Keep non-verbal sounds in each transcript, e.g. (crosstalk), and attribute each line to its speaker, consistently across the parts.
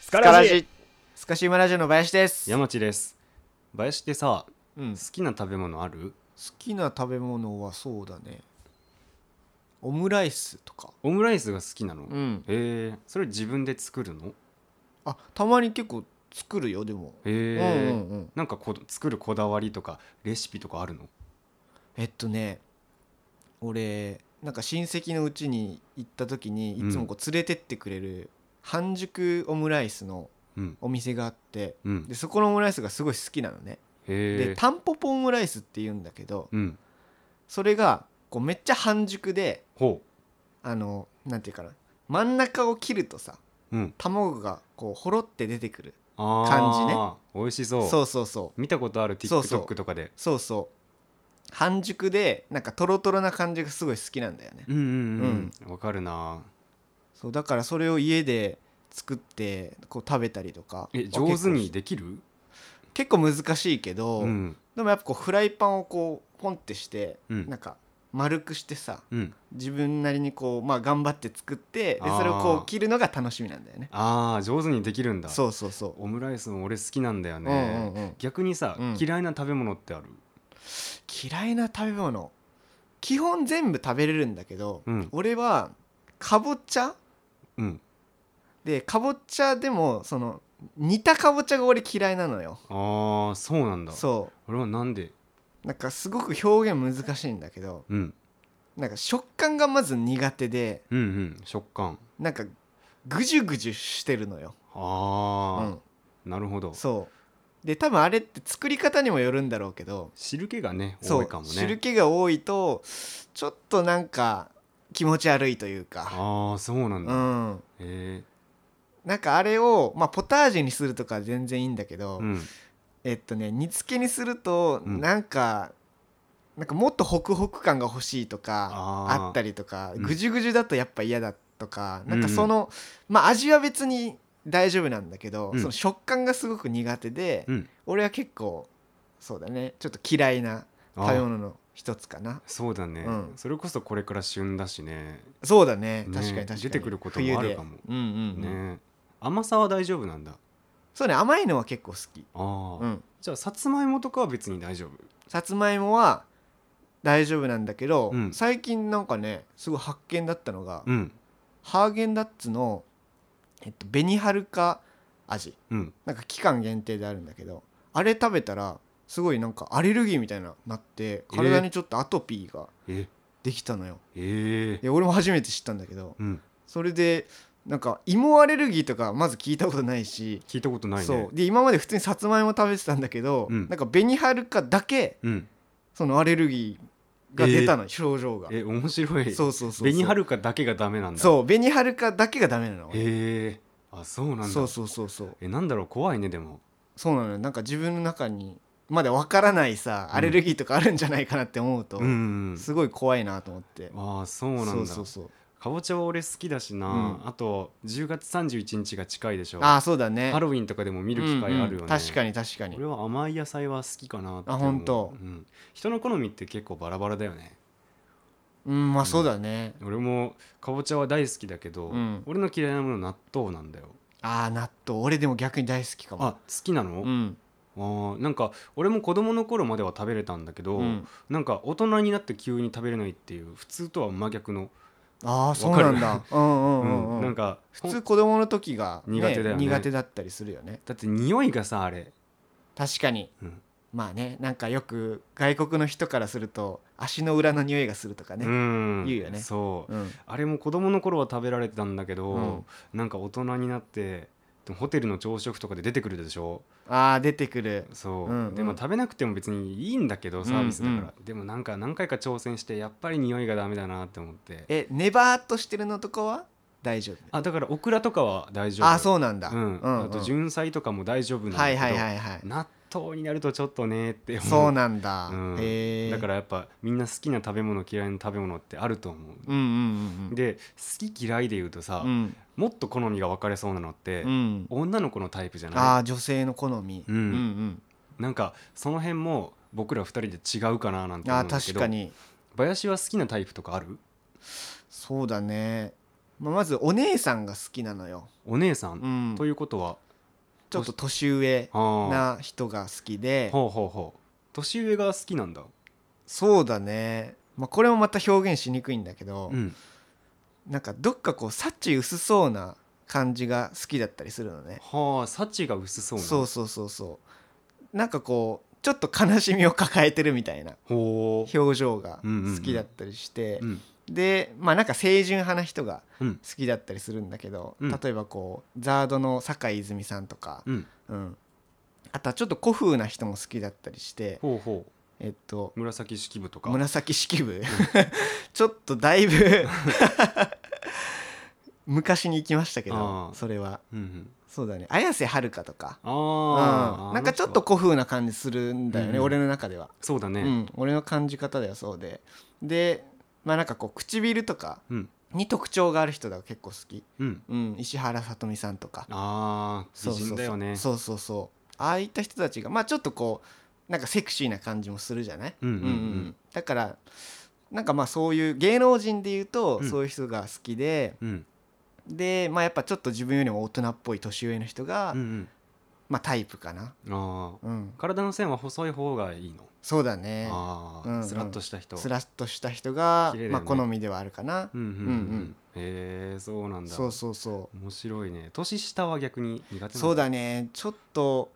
Speaker 1: スカ
Speaker 2: スカ
Speaker 1: ラ
Speaker 2: ラ
Speaker 1: ジ
Speaker 2: ジ
Speaker 1: スカシウマラジオの林です、
Speaker 2: 山地です林ってさ
Speaker 1: うん、
Speaker 2: 好
Speaker 1: 好
Speaker 2: きな食べ物ある
Speaker 1: きな食べ物はそうだねオムライスとか
Speaker 2: オムライスが好きなの、へ
Speaker 1: ん
Speaker 2: えそれ自分で作るの
Speaker 1: あたまに結構作るよでも、
Speaker 2: へえ、
Speaker 1: うんうんうん
Speaker 2: なんかこ作るこだわりとかレシピとかあるの
Speaker 1: えっとね俺なんか親戚のうちに行った時に
Speaker 2: うん
Speaker 1: いつもこう連れてってくれる半熟オムライスの
Speaker 2: うん
Speaker 1: お店があって
Speaker 2: うん
Speaker 1: でそこのオムライスがすごい好きなのね
Speaker 2: へ
Speaker 1: で
Speaker 2: え
Speaker 1: タンポポオムライスって言うんだけど
Speaker 2: うん
Speaker 1: それがこうめっちゃ半熟で
Speaker 2: ほ
Speaker 1: あのなんていうかな真ん中を切るとさ
Speaker 2: ううん
Speaker 1: 卵がこうほろって出てくる
Speaker 2: あー
Speaker 1: 感じね
Speaker 2: 美味しそう
Speaker 1: そうそうそう
Speaker 2: 見たことある
Speaker 1: そうそう
Speaker 2: TikTok とかで
Speaker 1: そうそう半熟でなんかトロトロな感じがすごい好きなんだよね、
Speaker 2: うんうんうんわ、かるな
Speaker 1: そうだからそれを家で作ってこう食べたりとか
Speaker 2: え上手に
Speaker 1: 結構
Speaker 2: できる
Speaker 1: 結構難しいけど、
Speaker 2: うん
Speaker 1: でもやっぱこうフライパンをこうポンってして、
Speaker 2: うん
Speaker 1: なんか丸くしてさ
Speaker 2: うん
Speaker 1: 自分なりにこうまあ頑張って作ってで
Speaker 2: あー
Speaker 1: それをこう切るのが楽しみなんだよね
Speaker 2: ああ上手にできるんだ
Speaker 1: そうそうそう
Speaker 2: オムライスも俺好きなんだよね、
Speaker 1: うんうんうん
Speaker 2: 逆にさ、
Speaker 1: うん
Speaker 2: 嫌いな食べ物ってある
Speaker 1: 嫌いな食べ物基本全部食べれるんだけど、
Speaker 2: うん
Speaker 1: 俺はかぼちゃ
Speaker 2: うん
Speaker 1: でかぼちゃでもその煮たかぼちゃが俺嫌いなのよ
Speaker 2: ああそうなんだ
Speaker 1: そ
Speaker 2: 俺はなんで
Speaker 1: うなんかすごく表現難しいんだけど
Speaker 2: うん
Speaker 1: なんか食感がまず苦手で
Speaker 2: うんうん食感
Speaker 1: なんかぐじゅぐじゅしてるのよ、う
Speaker 2: ああ、
Speaker 1: ん、
Speaker 2: なるほど
Speaker 1: そうで多分あれって作り方にもよるんだろうけど
Speaker 2: 汁気がね
Speaker 1: そ
Speaker 2: 多
Speaker 1: う
Speaker 2: いかもね
Speaker 1: 汁気が多いとちょっとなんか気持ち悪いというか
Speaker 2: ああそうなん
Speaker 1: う
Speaker 2: だ、
Speaker 1: ん
Speaker 2: へえ
Speaker 1: なんかあれを、まあ、ポタージュにするとか全然いいんだけど、
Speaker 2: うん
Speaker 1: えっとね煮付けにすると
Speaker 2: うん
Speaker 1: なんか、なんかもっとホクホク感が欲しいとか
Speaker 2: あー
Speaker 1: あったりとか
Speaker 2: うん
Speaker 1: ぐじゅぐじゅだとやっぱ嫌だとか、
Speaker 2: うん
Speaker 1: なんかその、まあ味は別に大丈夫なんだけど、
Speaker 2: うん
Speaker 1: その食感がすごく苦手で、
Speaker 2: うん
Speaker 1: 俺は結構そうだねちょっと嫌いな
Speaker 2: あ
Speaker 1: 食べ
Speaker 2: ー
Speaker 1: 物の一つかな
Speaker 2: そうだね、
Speaker 1: うん
Speaker 2: それこそこれから旬だしね
Speaker 1: そうだね
Speaker 2: ね
Speaker 1: 確かに確かに
Speaker 2: 出てくることもあるかも
Speaker 1: 冬でうんうんうん、
Speaker 2: ね甘さは大丈夫なんだ
Speaker 1: そうね甘いのは結構好き
Speaker 2: ああ、
Speaker 1: うん
Speaker 2: じゃあさつまいもとかは別に大丈夫
Speaker 1: さつまいもは大丈夫なんだけど、
Speaker 2: うん
Speaker 1: 最近なんかねすごい発見だったのが、
Speaker 2: うん
Speaker 1: ハーゲンダッツの、えっと、紅はるか味
Speaker 2: うん
Speaker 1: なんか期間限定であるんだけどあれ食べたらすごいなんかアレルギーみたいななって体にちょっとアトピーが
Speaker 2: え
Speaker 1: できたのよ、
Speaker 2: ええ
Speaker 1: いや俺も初めて知ったんだけど
Speaker 2: うん
Speaker 1: それでなんか芋アレルギーとかまず聞いたことないし
Speaker 2: 聞いたことないね
Speaker 1: そうで今まで普通にさつまいも食べてたんだけど、
Speaker 2: うん
Speaker 1: なんか紅はるかだけ
Speaker 2: うん
Speaker 1: そのアレルギーが出たの、症状が
Speaker 2: え面白い
Speaker 1: そうそうそうそう
Speaker 2: 紅はるかだけがダメなんだ
Speaker 1: そう紅はるかだけがダメなの
Speaker 2: へえあそうなんだ
Speaker 1: そうそうそうそう
Speaker 2: えなんだろう怖いねでも
Speaker 1: そうなのよなんか自分の中にまだわからないさ
Speaker 2: うん
Speaker 1: アレルギーとかあるんじゃないかなって思うと、
Speaker 2: うんうんうん
Speaker 1: すごい怖いなと思って
Speaker 2: ああそうなんだ
Speaker 1: そうそうそう
Speaker 2: かぼちゃは俺好きだしな、
Speaker 1: うん
Speaker 2: あと10月31日が近いでしょ
Speaker 1: ああそうだね
Speaker 2: ハロウィンとかでも見る機会あるよね、
Speaker 1: うんうん確か
Speaker 2: に
Speaker 1: に確かに
Speaker 2: 俺は甘い野菜は好きかなって思う
Speaker 1: あほんと
Speaker 2: うん、人の好みって結構バラバラだよね
Speaker 1: うんまあそうだね、
Speaker 2: 俺もかぼちゃは大好きだけど、
Speaker 1: うん
Speaker 2: 俺の嫌いなもの納豆なんだよ
Speaker 1: ああ納豆俺でも逆に大好きかも
Speaker 2: あ好きな
Speaker 1: う
Speaker 2: の、
Speaker 1: ん
Speaker 2: あーなんか俺も子供の頃までは食べれたんだけど、
Speaker 1: うん
Speaker 2: なんか大人になって急に食べれないっていう普通とは真逆の、
Speaker 1: ああそうなんだうんうんうん、うん、
Speaker 2: なんか
Speaker 1: 普通子供の時が、ね、
Speaker 2: 苦手だよね
Speaker 1: 苦手だったりするよね
Speaker 2: だって匂いがさあれ、
Speaker 1: 確かに
Speaker 2: うん
Speaker 1: まあねなんかよく外国の人からすると足の裏の匂いがするとか
Speaker 2: う
Speaker 1: ね、
Speaker 2: ん
Speaker 1: 言うよね
Speaker 2: そう、
Speaker 1: うん
Speaker 2: あれも子供の頃は食べられてたんだけど、
Speaker 1: うん
Speaker 2: なんか大人になってでもホテルの朝食とかで出てくるでしょ
Speaker 1: ああ出てくる
Speaker 2: そう、
Speaker 1: うんうん
Speaker 2: でも食べなくても別にいいんだけどサービスだから、
Speaker 1: うん
Speaker 2: でもなんか何回か挑戦してやっぱり匂いがダメだなって思って
Speaker 1: えネバーっとしてるのとかは大丈夫
Speaker 2: あだからオクラとかは大丈夫
Speaker 1: ああそうなんだ、
Speaker 2: うんあと純菜とかも大丈夫なんだけど、
Speaker 1: はいはいはいはい
Speaker 2: 納豆になるとちょっとねって思う
Speaker 1: そうなんだ、
Speaker 2: うん
Speaker 1: へえ
Speaker 2: だかららやっぱみんな好きな食べ物嫌いな食べ物ってあると思う、
Speaker 1: うんうんうんうん
Speaker 2: で好き嫌いで言うとさ、
Speaker 1: うん
Speaker 2: もっと好みが分かれそうなのって、
Speaker 1: うん
Speaker 2: 女の子のタイプじゃ
Speaker 1: あ
Speaker 2: な
Speaker 1: あ女性の好み、
Speaker 2: うん
Speaker 1: うん
Speaker 2: いなんかその辺も僕ら二人で違うかななん
Speaker 1: うん
Speaker 2: て
Speaker 1: あ
Speaker 2: 思う
Speaker 1: あ
Speaker 2: んだけ
Speaker 1: 確
Speaker 2: ど
Speaker 1: かに
Speaker 2: 林は好きなタイプとかある
Speaker 1: そうだねまあまずお姉さんが好きなのよ、
Speaker 2: お姉さん、
Speaker 1: うん、
Speaker 2: ということは
Speaker 1: ちょっと年上
Speaker 2: あー
Speaker 1: な人が好きで
Speaker 2: ほうほうほう年上が好きなんだ
Speaker 1: そうだね、まあ、これもまた表現しにくいんだけど、
Speaker 2: うん
Speaker 1: なんかどっかこう幸薄そうな感じが好きだったりするのね
Speaker 2: はあ幸が薄そうな
Speaker 1: そうそうそうそうなんかこうちょっと悲しみを抱えてるみたいな
Speaker 2: ほう
Speaker 1: 表情が
Speaker 2: うんうんうん
Speaker 1: 好きだったりして、
Speaker 2: うん
Speaker 1: でまあなんか清純派な人が
Speaker 2: うん
Speaker 1: 好きだったりするんだけど、
Speaker 2: うん
Speaker 1: 例えばこうザードの酒井泉さんとか、
Speaker 2: うん
Speaker 1: うん、あとはちょっと古風な人も好きだったりして
Speaker 2: ほうほ
Speaker 1: えっと
Speaker 2: う紫式部とか
Speaker 1: 紫式部 (laughs) ちょっとだいぶ (laughs) 昔に行きましたけ
Speaker 2: あ
Speaker 1: ど
Speaker 2: ー
Speaker 1: それは
Speaker 2: うんうん
Speaker 1: そうだね綾瀬はるかとか、うん、
Speaker 2: ああ
Speaker 1: なんかちょっと古風な感じするんだよね、
Speaker 2: うん
Speaker 1: 俺の中では、
Speaker 2: そうだ
Speaker 1: う
Speaker 2: ね
Speaker 1: ん、俺の感じ方ではそうででまあなんかこう唇とか
Speaker 2: うん
Speaker 1: に特徴がある人が結構好き、
Speaker 2: うん
Speaker 1: うん、石原さとみさんとか
Speaker 2: ああ美人だよね
Speaker 1: そうそうそうああいった人たちがまあちょっとこうなんかセクシーな感じもするじゃない、
Speaker 2: うんうんうん
Speaker 1: だからなんかまあそういう芸能人でいうと
Speaker 2: うん
Speaker 1: そういう人が好きで、
Speaker 2: うん
Speaker 1: でまあやっぱちょっと自分よりも大人っぽい年上の人が、
Speaker 2: うん
Speaker 1: まあタイプかな
Speaker 2: うんああ
Speaker 1: うん
Speaker 2: 体の線は細い方がいいの
Speaker 1: そうだね
Speaker 2: あ
Speaker 1: うんう
Speaker 2: あ
Speaker 1: ん
Speaker 2: スラッとした人
Speaker 1: スラッとした人が、
Speaker 2: 綺麗だよね
Speaker 1: まあ好みではあるかな、
Speaker 2: うんうんうんう
Speaker 1: うん
Speaker 2: んへえそうなんだ
Speaker 1: そうそうそう
Speaker 2: 面白いね年下は逆に苦手なん
Speaker 1: そうだねちょっと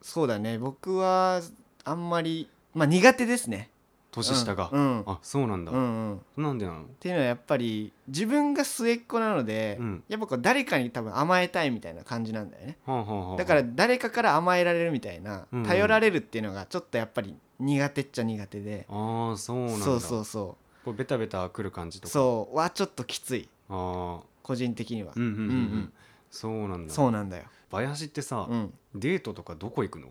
Speaker 1: そうだね僕はあんまりまあ苦手ですね
Speaker 2: 年下が
Speaker 1: うんうん
Speaker 2: あそうなんだ
Speaker 1: うんうん
Speaker 2: なんでなの
Speaker 1: っていうのはやっぱり自分が末っ子なので、
Speaker 2: うん
Speaker 1: やっぱこう誰かに多分甘えたいみたいな感じなんだよね
Speaker 2: はあはあはあ
Speaker 1: だから誰かから甘えられるみたいな、
Speaker 2: うんうん
Speaker 1: 頼られるっていうのがちょっとやっぱり苦手っちゃ苦手で
Speaker 2: ああそうなんだ
Speaker 1: そうそうそ
Speaker 2: こうベタベタくる感じ
Speaker 1: う
Speaker 2: とか
Speaker 1: そうはちょっときつい
Speaker 2: ああ
Speaker 1: 個人的には、
Speaker 2: うんうんうんう
Speaker 1: うんうんん
Speaker 2: そうなんだ
Speaker 1: そうなんだよ、
Speaker 2: 林ってさ
Speaker 1: うん、
Speaker 2: デートとかどこ行くの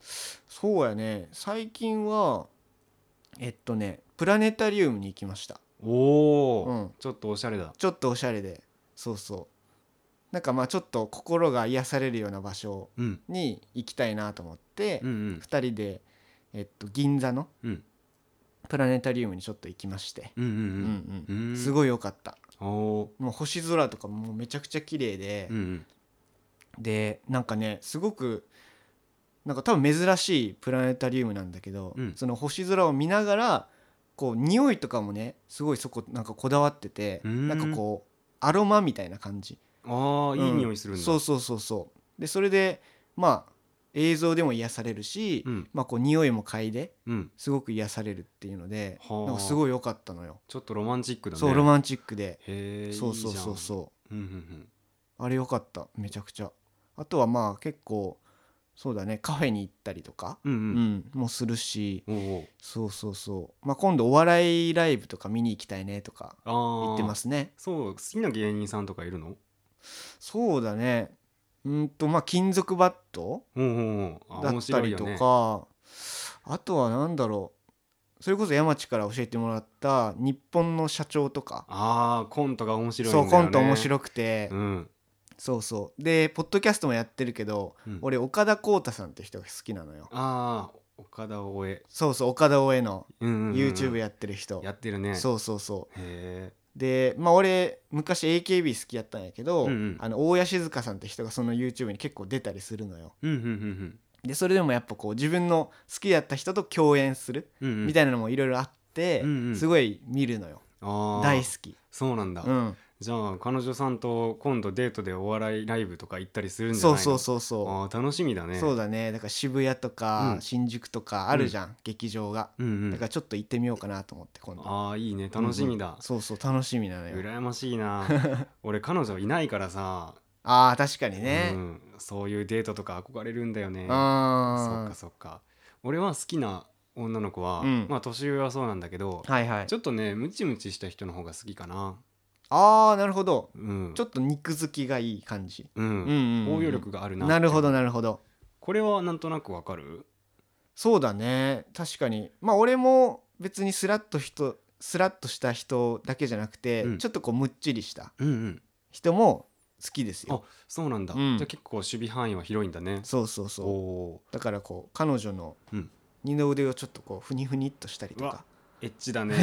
Speaker 1: そうやね最近はえっとねプラネタリウムに行きました
Speaker 2: おお、
Speaker 1: うん
Speaker 2: ちょっとおしゃれだ
Speaker 1: ちょっとおしゃれでそうそうなんかまあちょっと心が癒されるような場所
Speaker 2: うん
Speaker 1: に行きたいなと思って、
Speaker 2: うんうん
Speaker 1: 2人で、えっと、銀座の
Speaker 2: うん
Speaker 1: プラネタリウムにちょっと行きまして、
Speaker 2: うんうん
Speaker 1: うん
Speaker 2: う
Speaker 1: うん
Speaker 2: んうん
Speaker 1: すごい良かった
Speaker 2: おお
Speaker 1: もう星空とかもうめちゃくちゃ綺麗で
Speaker 2: ー、うんうん
Speaker 1: でなんかねすごくなんか多分珍しいプラネタリウムなんだけど、
Speaker 2: うん
Speaker 1: その星空を見ながらこう匂いとかもねすごいそこなんかこだわってて
Speaker 2: うん
Speaker 1: なんかこうアロマみたいな感じ
Speaker 2: ああいい匂いするんだ、
Speaker 1: そうそうそうそうでそれでまあ映像でも癒されるし、
Speaker 2: うん
Speaker 1: まあこう匂いも嗅いで
Speaker 2: うん
Speaker 1: すごく癒されるっていうので、
Speaker 2: はあ
Speaker 1: なんかすごい良かったのよ、
Speaker 2: ちょっとロマンチックだね
Speaker 1: そうロマンチックで、
Speaker 2: へえ
Speaker 1: そうそうそうそう
Speaker 2: うんうん
Speaker 1: あれ良かっためちゃくちゃあとはまあ結構そうだねカフェに行ったりとか、
Speaker 2: うん
Speaker 1: う
Speaker 2: うんん
Speaker 1: もするし
Speaker 2: うんおー
Speaker 1: そうそうそう、まあ、今度お笑いライブとか見に行きたいねとか
Speaker 2: ああ
Speaker 1: 言ってますすね
Speaker 2: そう好きな芸人さんとかいるの
Speaker 1: そうだねうんとまあ金属バット
Speaker 2: おーおーおーあ
Speaker 1: だ
Speaker 2: 面
Speaker 1: った
Speaker 2: 白い
Speaker 1: り
Speaker 2: よ
Speaker 1: と
Speaker 2: ね
Speaker 1: か、あとは何だろうそれこそ山地から教えてもらった日本の社長とか、
Speaker 2: ああコントが面白いんだ
Speaker 1: そ
Speaker 2: よ
Speaker 1: う
Speaker 2: ね
Speaker 1: コント面白くて、
Speaker 2: うん
Speaker 1: そうそうでポッドキャストもやってるけど、
Speaker 2: うん
Speaker 1: 俺岡田康太さんって人が好きなのよ
Speaker 2: ああ岡田大江
Speaker 1: そうそう岡田大江の
Speaker 2: うんうんうん
Speaker 1: YouTube やってる人、
Speaker 2: やってるね
Speaker 1: そうそうそう
Speaker 2: へ
Speaker 1: でまあ俺昔 AKB 好きやったんやけど、
Speaker 2: うんうん
Speaker 1: あの大谷静香さんって人がその YouTube に結構出たりするのよ
Speaker 2: えうんうんうん
Speaker 1: でそれでもやっぱこう自分の好きだった人と共演する
Speaker 2: うんうん
Speaker 1: み
Speaker 2: い
Speaker 1: たいなのもいろいろあって、
Speaker 2: うんうん
Speaker 1: すごい見るのよ
Speaker 2: な
Speaker 1: 大好き
Speaker 2: そうなんだ、
Speaker 1: うん
Speaker 2: じゃあ彼女さんと今度デートでお笑いライブとか行ったりするんじゃな
Speaker 1: そ
Speaker 2: いうの
Speaker 1: そうそうそ
Speaker 2: あー楽しみだ
Speaker 1: う、
Speaker 2: ね
Speaker 1: そう
Speaker 2: だ
Speaker 1: だねだから渋谷とか
Speaker 2: うん
Speaker 1: 新宿とかあるじゃん、劇場が
Speaker 2: うんうん
Speaker 1: だからちょっと行ってみようかなと思って今度
Speaker 2: ああいいね楽しみだ、
Speaker 1: そうそう楽しみなのよ
Speaker 2: 羨ましい
Speaker 1: (laughs)
Speaker 2: な俺彼女いないからさ、
Speaker 1: あー確かにね
Speaker 2: う、ん、そういうデートとか憧れるんだよねそっ
Speaker 1: あ
Speaker 2: かそっか俺は好きな女の子は、
Speaker 1: うん
Speaker 2: まあ年上はそうなんだけど
Speaker 1: あはいはい
Speaker 2: ちょっとねムチムチした人の方が好きかな
Speaker 1: ああなるほど
Speaker 2: うん
Speaker 1: ちょっと肉付きがいい感じ
Speaker 2: う
Speaker 1: うんうんん、うん、
Speaker 2: 応用力があるな
Speaker 1: なるほどなるほど
Speaker 2: これはなんとなくわかる
Speaker 1: そうだね確かにまあ俺も別にスラッと人スラッとした人だけじゃなくて、
Speaker 2: うん
Speaker 1: ちょっとこうむっちりした
Speaker 2: うんうん
Speaker 1: 人も好きです
Speaker 2: あ
Speaker 1: よ
Speaker 2: そうなんだ、
Speaker 1: うん
Speaker 2: じゃあ結構守備範囲は広いんだね
Speaker 1: そうそう
Speaker 2: お
Speaker 1: そう
Speaker 2: お
Speaker 1: だからこう彼女の
Speaker 2: うん
Speaker 1: 二の腕をちょっとこうふにふにっとしたりと
Speaker 2: うわ
Speaker 1: か (laughs)
Speaker 2: ーエッチだね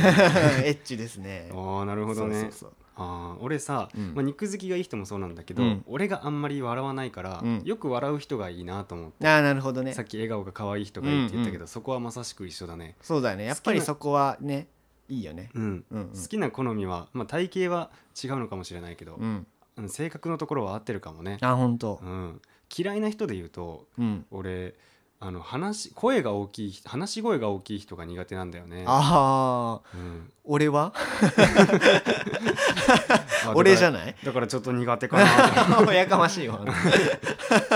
Speaker 1: エッチですね
Speaker 2: ああなるほどね
Speaker 1: そうそうそう
Speaker 2: ああー俺さ、
Speaker 1: うん
Speaker 2: まあ、肉好きがいい人もそうなんだけど、
Speaker 1: うん
Speaker 2: 俺があんまり笑わないから、
Speaker 1: うん
Speaker 2: よく笑う人がいいなと思って、
Speaker 1: ああなるほどね
Speaker 2: さっき笑顔が可愛い人がいいって言ったけど、そこはまさしく一緒だね、
Speaker 1: そうだねやっぱり
Speaker 2: 好きな
Speaker 1: そこはねいいよね
Speaker 2: うん
Speaker 1: うんうん
Speaker 2: 好きな好みは、まあ、体型は違うのかもしれないけど、
Speaker 1: うん
Speaker 2: うん性格のところは合ってるかもね、
Speaker 1: あ本当
Speaker 2: うん、嫌いな人で言うと
Speaker 1: うん
Speaker 2: 俺あの話声が大きい話し声が大きい人が苦手なんだよね、
Speaker 1: あ
Speaker 2: う
Speaker 1: あ
Speaker 2: ん
Speaker 1: 俺は
Speaker 2: あ
Speaker 1: 俺じゃ
Speaker 2: だか
Speaker 1: ない
Speaker 2: らだからちょっと苦手かな
Speaker 1: (laughs) やかましいわ (laughs)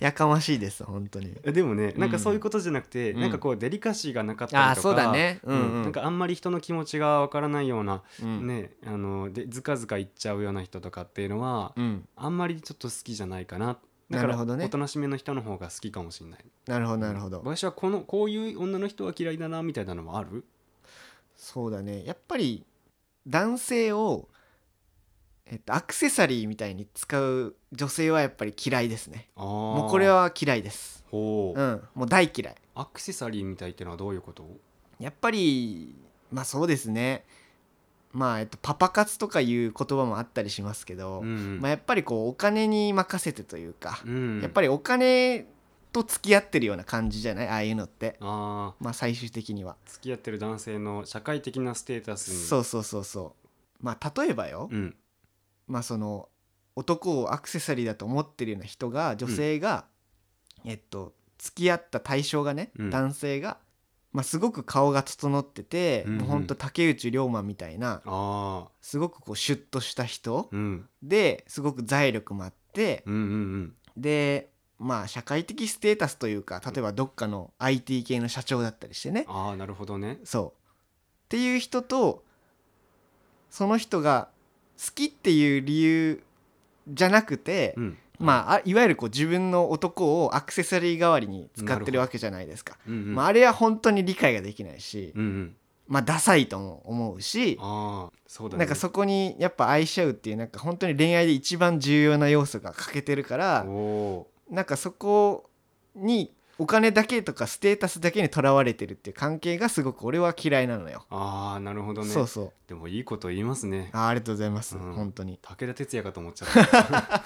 Speaker 1: やかましいです本当に
Speaker 2: えでもねなんかそういうことじゃなくて、
Speaker 1: うん
Speaker 2: なんかこうデリカシーがなかったり
Speaker 1: ああ
Speaker 2: とか
Speaker 1: そうだねうんうん
Speaker 2: なんかあんまり人の気持ちがわからないような、
Speaker 1: うん
Speaker 2: ねあのでずかずか言っちゃうような人とかっていうのは、
Speaker 1: うん
Speaker 2: あんまりちょっと好きじゃないかなだか
Speaker 1: なる
Speaker 2: ら
Speaker 1: ほどね
Speaker 2: おとなしめの人の方が好きかもしれない
Speaker 1: なるほどなるほど
Speaker 2: 私はこのこういう女の人は嫌いだなみたいなのもある
Speaker 1: そうだねやっぱり男性を、えっと、アクセサリーみたいに使う女性はやっぱり嫌いですねも
Speaker 2: も
Speaker 1: うこれは嫌いです
Speaker 2: ほう、
Speaker 1: うんもう大嫌い
Speaker 2: アクセサリーみたいっていうのはどういうこと
Speaker 1: やっぱりまあそうですねまあ、えっと、パパ活とかいう言葉もあったりしますけど、
Speaker 2: うん
Speaker 1: まあ、やっぱりこうお金に任せてというか、
Speaker 2: うん
Speaker 1: やっぱりお金と付き合ってるような感じじゃないああいうのって
Speaker 2: あ
Speaker 1: まあ最終的には、
Speaker 2: ー付き合ってる男性の社会的なステータスに
Speaker 1: そうそうそうそうまあ例えばよ、
Speaker 2: うん
Speaker 1: まあその男をアクセサリーだと思ってるような人が女性が、えっと付き合った対象がね、
Speaker 2: うん
Speaker 1: 男性が、まあ、すごく顔が整ってて、
Speaker 2: うんうん
Speaker 1: もうほんと竹内涼真みたいな
Speaker 2: ああ
Speaker 1: すごくこうシュッとした人
Speaker 2: うん
Speaker 1: ですごく財力もあって、
Speaker 2: うんうん
Speaker 1: でまあ社会的ステータスというか例えばどっかの IT 系の社長だったりしてね、
Speaker 2: うんああなるほどね
Speaker 1: そうっていう人とその人が好きっていう理由じゃなくて、
Speaker 2: うん
Speaker 1: まああいわゆるこう自分の男をアクセサリー代わりに使ってるわけじゃないですか、
Speaker 2: うんうん
Speaker 1: まあ、あれは本当に理解ができないし、
Speaker 2: うんうん
Speaker 1: まあダサいとも思うし
Speaker 2: ああそうだね
Speaker 1: なんかそこにやっぱ愛し合うっていうなんか本当に恋愛で一番重要な要素が欠けてるから
Speaker 2: おお
Speaker 1: なんかそこにお金だけとかステータスだけにとらわれてるっていう関係がすごく俺は嫌いなのよ。
Speaker 2: ーああなるほどね
Speaker 1: そうそう
Speaker 2: でもいいこと言いますね
Speaker 1: あありがとうございます、
Speaker 2: うん
Speaker 1: 本当に
Speaker 2: 武田鉄矢かと思っちゃ
Speaker 1: (laughs)
Speaker 2: った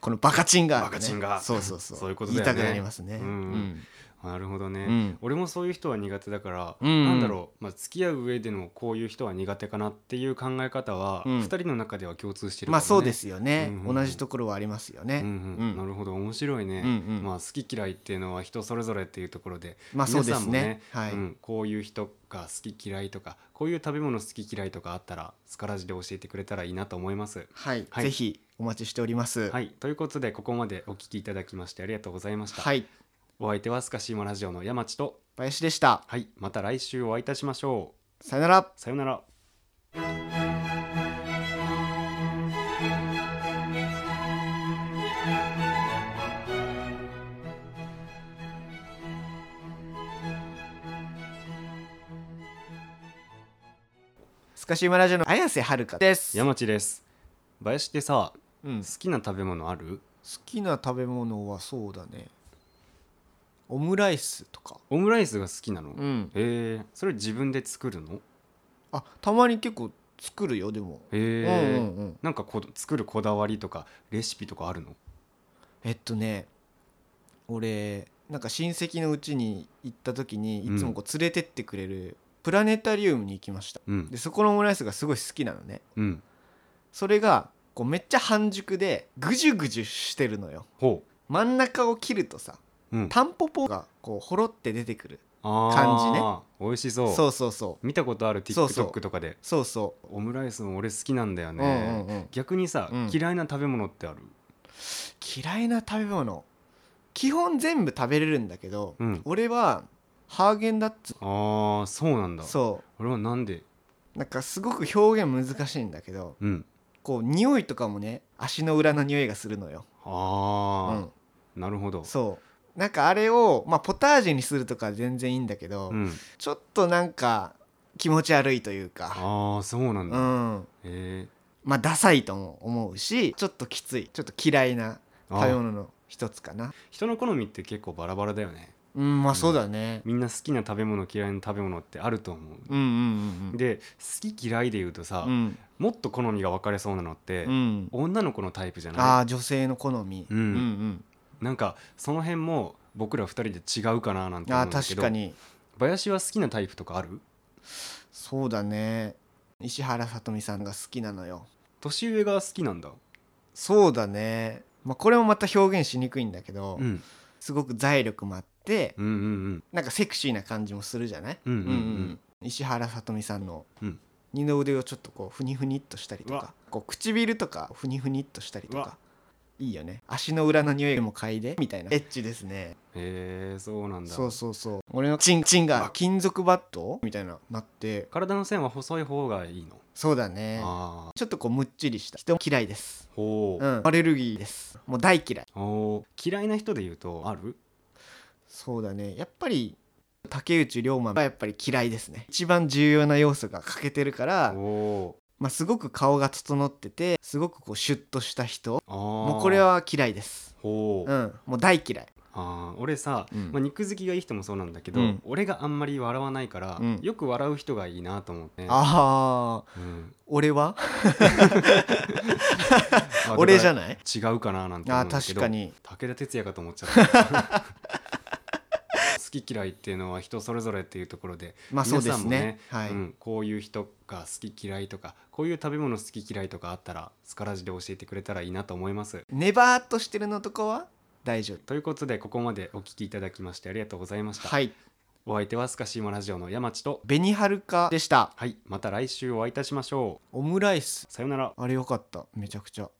Speaker 1: このバカチンが、
Speaker 2: バカチンガー
Speaker 1: そうそうそう
Speaker 2: そういうことだよね
Speaker 1: 言いたくなりますね
Speaker 2: うんなるほど
Speaker 1: う
Speaker 2: ね、
Speaker 1: んうん
Speaker 2: 俺もそういう人は苦手だから、
Speaker 1: うんうん
Speaker 2: なんだろう、まあ、付き合う上でのこういう人は苦手かなっていう考え方は、
Speaker 1: うん
Speaker 2: 二人の中では共通してるかもね
Speaker 1: まあそうで、すよね、
Speaker 2: うんうん
Speaker 1: 同じところはありますよ
Speaker 2: うん
Speaker 1: ね、
Speaker 2: うん
Speaker 1: うん
Speaker 2: なるほど面白いね、
Speaker 1: うんうん
Speaker 2: まあ、好き嫌いっていうのは人それぞれっていうところで、
Speaker 1: まあそうですね
Speaker 2: 皆
Speaker 1: はい、
Speaker 2: さんもうん、こういう人が好き嫌いとかこういう食べ物好き嫌いとかあったらスカラジで教えてくれたらいいなと思います。
Speaker 1: はい
Speaker 2: はい
Speaker 1: ぜひお待ちしております、
Speaker 2: はいいということでここまでお聞きいただきましてありがとうございました。
Speaker 1: はい、
Speaker 2: お相手はスカシーマラジオの山地と、
Speaker 1: 林でした
Speaker 2: はい、また来週お会いいたしましょう。
Speaker 1: さよなら
Speaker 2: さようなら。
Speaker 1: スカシウマラジオの綾瀬はるかです、
Speaker 2: 山地です林ってさ
Speaker 1: うん、
Speaker 2: 好
Speaker 1: 好
Speaker 2: きな食べ物ある
Speaker 1: きな食べ物はそうだねオムライスとか
Speaker 2: オムライスが好きなの、へ
Speaker 1: ん
Speaker 2: えそれ自分で作るの
Speaker 1: あたまに結構作るよでも、
Speaker 2: へえ、
Speaker 1: うんうんうん
Speaker 2: なんかこ作るこだわりとかレシピとかあるの
Speaker 1: えっとね俺なんか親戚のうちに行った時にいつもこう連れてってくれるプラネタリウムに行きました
Speaker 2: うん
Speaker 1: でそこのオムライスがすごい好きなのね
Speaker 2: うん
Speaker 1: それがこうめっちゃ半熟でぐじゅぐじゅしてるのよ
Speaker 2: ほ
Speaker 1: 真ん中を切るとさ
Speaker 2: う、うん、
Speaker 1: タンポポがこうほろって出てくる
Speaker 2: あ
Speaker 1: 感
Speaker 2: ー美味しそう
Speaker 1: そうそうそう
Speaker 2: 見たことある
Speaker 1: そうそう
Speaker 2: TikTok とかで
Speaker 1: そうそ
Speaker 2: オムライスも俺好きなんだよ
Speaker 1: う、
Speaker 2: ね、
Speaker 1: うんうんうん、
Speaker 2: 逆にさ、
Speaker 1: うん
Speaker 2: 嫌いな食べ物ってある
Speaker 1: 嫌いな食べ物基本全部食べれるんだけど、
Speaker 2: うん
Speaker 1: 俺はハーゲンダッツ
Speaker 2: ああそうなんだ
Speaker 1: そ
Speaker 2: 俺はなんで
Speaker 1: うなんかすごく表現難しいんだけど
Speaker 2: うん
Speaker 1: こう匂いとかもね足の裏の匂いがするのよ、う
Speaker 2: ああ、
Speaker 1: ん、
Speaker 2: なるほど
Speaker 1: そうなんかあれを、まあ、ポタージュにするとかは全然いいんだけど、
Speaker 2: うん、
Speaker 1: ちょっとなんか気持ち悪いというか
Speaker 2: ああそうなん
Speaker 1: う
Speaker 2: だ、
Speaker 1: ん
Speaker 2: え
Speaker 1: まあダサいとも思うしちょっときついちょっと嫌いな
Speaker 2: ー、あ
Speaker 1: 食べ
Speaker 2: ー
Speaker 1: 物の一つかな
Speaker 2: 人の好みって結構バラバラだよね
Speaker 1: うんまあそうだね
Speaker 2: みんな好きな食べ物嫌いな食べ物ってあると思
Speaker 1: うんうん
Speaker 2: うで好き嫌いで言うとさ、
Speaker 1: うんうんうん
Speaker 2: もっと好みが分かれそうなのって、
Speaker 1: うん
Speaker 2: 女の子のタイプじゃ
Speaker 1: あ
Speaker 2: な
Speaker 1: あ女性の好み
Speaker 2: うんいなんかその辺も僕ら二人で違うかななん
Speaker 1: うん
Speaker 2: て
Speaker 1: あ
Speaker 2: 思う
Speaker 1: あ
Speaker 2: んだけ
Speaker 1: 確
Speaker 2: ど
Speaker 1: かに
Speaker 2: 林は好きなタイプとかある
Speaker 1: そうだね石原さとみさんが好きなのよ
Speaker 2: 年上が好きなんだ、
Speaker 1: そうだね、まあ、これもまた表現しにくいんだけど、
Speaker 2: うん、
Speaker 1: すごく財力もあって
Speaker 2: うんうん
Speaker 1: なんかセクシーな感じもするじゃない、
Speaker 2: うんうんうんうん
Speaker 1: 石原さとみさんの
Speaker 2: うん
Speaker 1: 二の腕をちょっとこうふにふにっとしたりと
Speaker 2: う
Speaker 1: か
Speaker 2: わ
Speaker 1: こう唇とかふにふにっとしたりと
Speaker 2: う
Speaker 1: か
Speaker 2: わ
Speaker 1: いいよね足の裏の匂いも嗅いでみたいなエッチですね
Speaker 2: へえそうなんだ
Speaker 1: そうそうそう俺のチンチンが金属バットみたいななって
Speaker 2: 体の線は細い方がいいの、
Speaker 1: そうだね
Speaker 2: ああ
Speaker 1: ちょっとこうむっちりした人嫌いです
Speaker 2: ほ
Speaker 1: う
Speaker 2: う、
Speaker 1: んアレルギーですもう大嫌い
Speaker 2: おー嫌いな人で言うとある
Speaker 1: そうだねやっぱり竹内涼真はやっぱり嫌いですね一番重要な要素が欠けてるから
Speaker 2: お、お
Speaker 1: まあ、すごく顔が整っててすごくこうシュッとした人
Speaker 2: ーあー
Speaker 1: もうこれは嫌いです
Speaker 2: ほう、
Speaker 1: うんもう大嫌い
Speaker 2: あー俺さ、
Speaker 1: うん
Speaker 2: まあ、肉好きがいい人もそうなんだけど、
Speaker 1: うん
Speaker 2: 俺があんまり笑わないから、
Speaker 1: うん
Speaker 2: よく笑う人がいいなと思って、
Speaker 1: あ
Speaker 2: う
Speaker 1: あ
Speaker 2: ん
Speaker 1: 俺は
Speaker 2: あ
Speaker 1: 俺じゃ
Speaker 2: だ
Speaker 1: ない
Speaker 2: から違うかななんて思
Speaker 1: あ
Speaker 2: うん
Speaker 1: あ
Speaker 2: だけ
Speaker 1: 確
Speaker 2: ど
Speaker 1: かに
Speaker 2: 武田鉄矢かと思っちゃった (laughs) 好き嫌いっていうのは人それぞれっていうところで、
Speaker 1: まあそうですね
Speaker 2: 皆
Speaker 1: はい、
Speaker 2: うん、こういう人が好き嫌いとかこういう食べ物好き嫌いとかあったらスカラジで教えてくれたらいいなと思います
Speaker 1: ネバーっとしてるのとこは大丈夫
Speaker 2: ということでここまでお聞きいただきましてありがとうございました、
Speaker 1: はい
Speaker 2: お相手はスカシーマラジオの山地と
Speaker 1: 紅はるかでした
Speaker 2: はいまた来週お会いいたしましょ
Speaker 1: オムライス
Speaker 2: うさようなら
Speaker 1: あれよかっためちゃくちゃ